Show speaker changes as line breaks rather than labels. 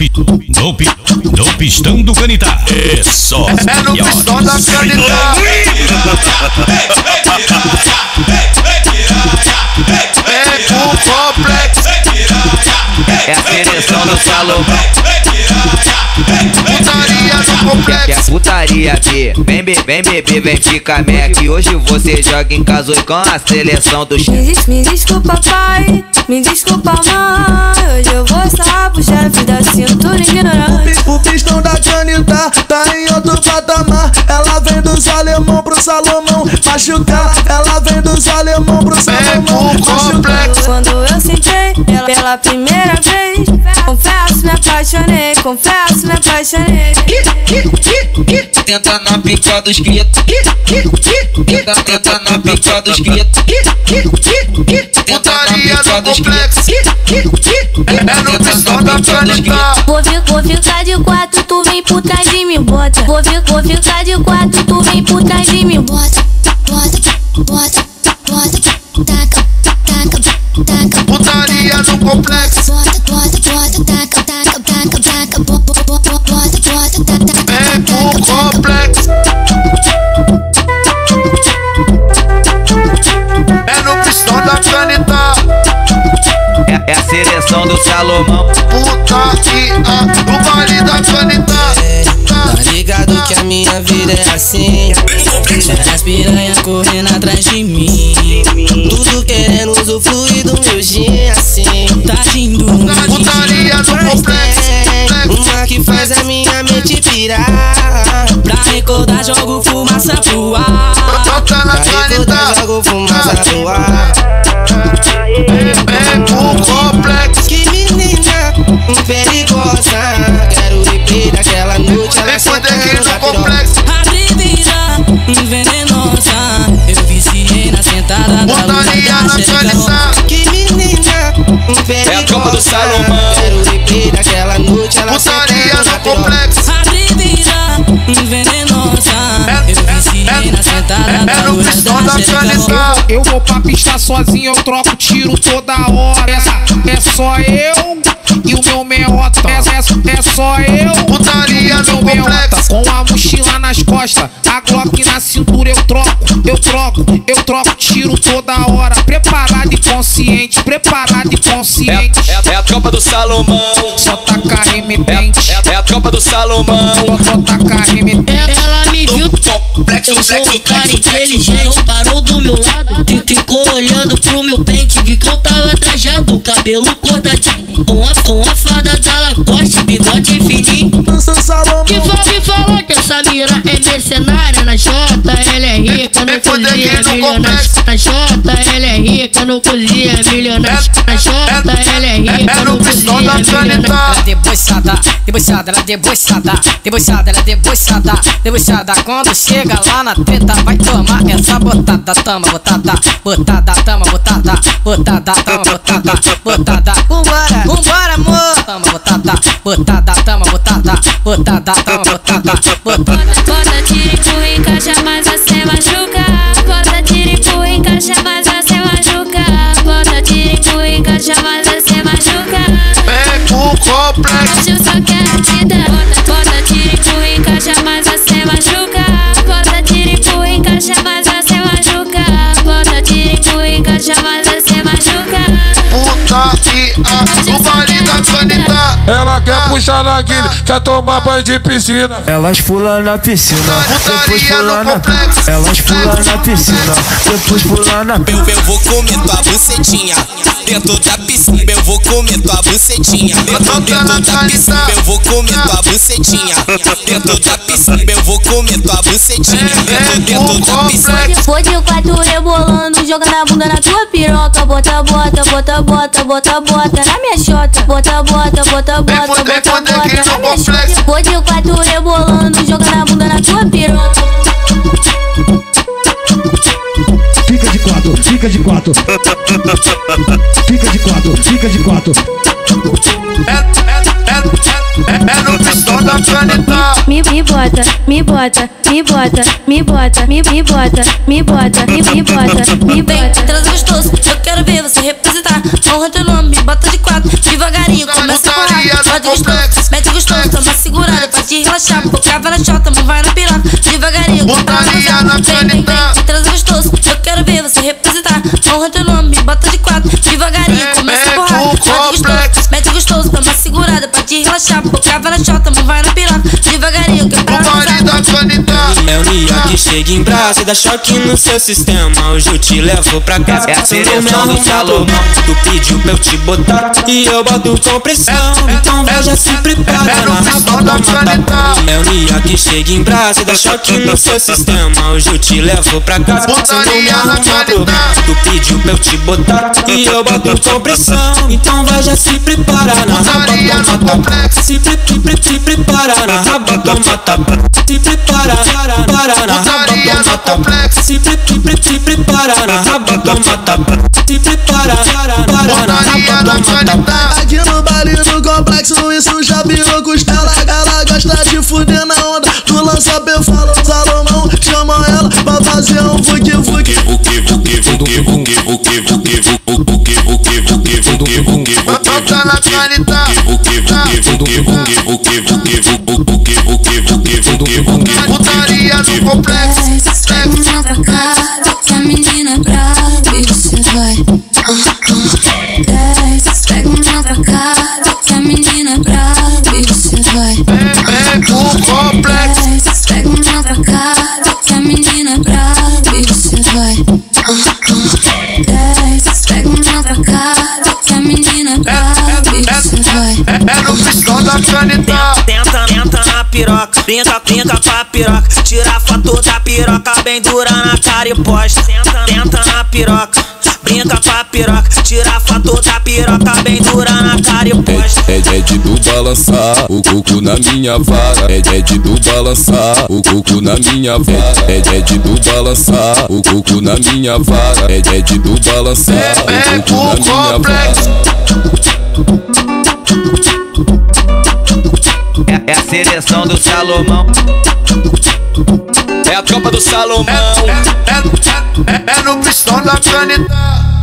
No, pi, no pistão do Canitá. É só.
É no pistão da canita. É com complexo.
É a seleção do salão.
Putaria do
Que é
complexo.
putaria, B. Vem, be, vem beber, vem ficar mec. Hoje você joga em casa com a seleção do chefe.
Me, des- me desculpa, pai, é me desculpa, mãe. é Hoje eu vou sarrar o chefe da cintura ignorante.
O pistão da Janita tá em outro patamar. Ela vem dos alemão pro Salomão machucar. Ela vem dos alemão pro
É
Salomão
com
machucar.
complexo.
Quando eu sentei pela, pela primeira vez, confesso, me apaixonei, confesso, me apaixonei.
Tenta na pica dos gritos. Tenta na pica dos gritos.
Putaria do complexo. É no pistão da canita.
Vou, fi- vou ficar de quatro, tu vem por trás e me bota. Vou, fi- vou ficar de quatro, tu vem por trás e me bota. Bota, bota, bota, taca, taca, taca.
Putaria do complexo.
Bota, bota, bota, taca, taca, taca, taca. Bo- bo- bo- bo- Bota, bota, taca, taca,
É com
taca, taca.
complexo. É no pistão da canita.
É, é a seleção do Salomão.
Putaria do baile da
Tá
canita.
ligado que a minha vida é assim. As piranhas correndo atrás de mim. Tudo querendo usufruir do meu gin assim. Tadinho do mundo.
Putaria do
Mas tem
complexo.
Uma que faz a minha mente pirar. Pra recordar, jogo fumaça pro ar.
Bota na
Pra recordar,
canita.
jogo fumaça pro ar.
É com complexo.
Que menina perigosa. Quero repetir daquela noite. Ela
É quando é que
sentando na
do
piroca.
complexo.
A bebida venenosa Eu viciei na sentada da luz
Putaria
da
na
Angélica
canita.
Que menina perigosa.
É a tropa do Salomão.
Quero repetir daquela noite. Ela
Putaria
sentando na
do
piroca.
complexo.
A bebida venenosa Eu viciei na sentada
É
da
no
luz da
pistão da
Angélica
canita.
Eu vou pra pista sozinho, eu troco tiro toda hora. Essa é só eu e o meu meota. Essa, essa é só eu.
Putaria
e o
do
meu meota.
complexo.
Com a mochila nas costas, a Glock na cintura eu troco, eu troco, eu troco tiro toda hora. Preparado e consciente, preparado e
É,
consciente.
é, é a tropa do Salomão.
Só tacar
É,
remetente,
é, é a tropa do Salomão.
só tacar remetente.
Ela me viu, eu sou um cara inteligente. Parou do meu lado, fi- ficou olhando pro meu pente. Vi que eu tava trajado, cabelo cortadinho. Com a, com a fada da Lacoste, bigode fininho.
Dança Salomão.
Que foi me falou que essa mira é mercenária na Jota, ela é rica,
É
não
poder
cozinha,
que não
é milionária.
complexo.
Na Jota, ela é rica, não cozinha, é milionária.
É-
Na Jota,
é-
ela é
é
rica,
no
não
pistão
cozinha,
da
é milionária.
canita.
Ela é debochada, debochada, ela é debochada, debochada, ela é debochada, debochada. Quando chega lá na treta, vai tomar essa botada, toma, botada, botada, toma, botada, botada, toma, botada, botada. Vambora, vambora, amor. Toma, botada, botada, toma, botada, botada, toma, botada, botada.
Bota, bota, tira, empurra, encaixa, mas a cê machuca. Bota, tira, empurra, encaixa, mas a cê machuca. Bota, tira, empurra, encaixa, mas a cê machuca.
É com complexo.
Hoje eu só quero te dar Bota, bota, tira, empurra, encaixa, mas a cê machuca Bota, tira, empurra, encaixa, mas a cê machuca Bota, tira, empurra, encaixa, mas a cê machuca
Putaria do baile da Ah. canita.
Ela quer puxar na guilha, quer tomar banho de piscina.
Elas pulam na piscina, depois
Putaria
pulam
do
na
complexo.
Elas pulam na piscina, depois pulam na
Eu, eu vou comer tua bucetinha dentro da piscina. Eu vou comer tua bucetinha dentro, dentro da piscina. Eu vou comer tua bucetinha dentro da piscina. Eu vou comer tua bucetinha dentro, dentro da piscina.
Vou de quatro rebolando, jogando a bunda na tua piroca Bota, bota, bota, bota, bota, bota Na minha xota Bota, bota, bota,
Vem
bota,
poder,
bota,
poder, que isso é
bota Na minha
complexo.
xota Vou de quatro rebolando, jogando a bunda na tua piroca
Fica de quatro, fica de quatro. Fica de quatro, fica de quatro.
É, é, é, é, é no pistão da canita.
Me, me bota, me bota, me bota, me bota, me, me bota, me bota, me, me bota,
Vem,
me bota.
traz gostoso, eu quero ver você
um
representar. Honra teu nome, bota de quatro, devagarinho, começa a
Putaria
parar.
do
Bota gostoso,
complexo.
mete
gostoso, toma segurada pra te relaxar. Pô, crava na chota, mas vai no piroca. Devagarinho,
Putaria na
Vem, vem, vem, te transa gostoso. Eu quero ver você representar. Honra teu nome, bota de quatro. Devagarinho, começa a borrar. Mete gostoso, mete gostoso, toma segurada pra te relaxar. Pô, crava na chota, mas vai no piroca. Devagarinho, que é pra
É o Nia que chega em brasa e dá choque no seu sistema. Hoje eu te levo pra casa.
É a seleção do Salomão.
Tu pediu pra eu te botar e eu boto com pressão. Então vai já se prepara na rapa da mata. É o Nia que chega em brasa e dá choque no seu sistema. Hoje eu te levo pra casa.
Putaria na qualidade.
Tu pediu pra eu te botar e eu boto com pressão. Então vai já se prepara na rapa da mata. Se pre- pre- pre- se prepara na rapa da mata. Se prepara, para, para, na raba toma tapa. Se pre, pre, pre, se prepara, na raba toma tapa. Se prepara, para, para, na raba toma tapa.
Aqui no baile no complexo, isso já virou costela. Ela gosta de fuder na onda. Tu lança eu falo Salomão. Chama ela pra fazer um fuque fuque.
Bota na qualidade. Putaria no complexo. né?
Menina pra cá, que a menina é brava e você vai. ah, ah. Desce, pega uma pra cá, que a menina é brava e você vai. Pega o complexo. Desce, pega uma pra cá, que a menina é brava e você vai. ah, ah. Desce, pega uma pra cá, que a menina é brava e você vai.
É no pistão da qualidade.
Tenta, tenta na piroca, brinca, brinca com a piroca. Tira a foto da piroca, bem dura na cara e posta. Tenta, tenta na piroca, brinca com a piroca. Tira a foto da piroca, bem dura na cara e posta.
É, é de tu balançar o coco na minha vara. É, é de tu balançar o coco na minha vara. É, é de tu balançar o coco na minha vara. É, é de tu balançar o coco na minha vara.
É, é a seleção do Salomão.
É a tropa do Salomão. É, é, é, é no pistão da caneta.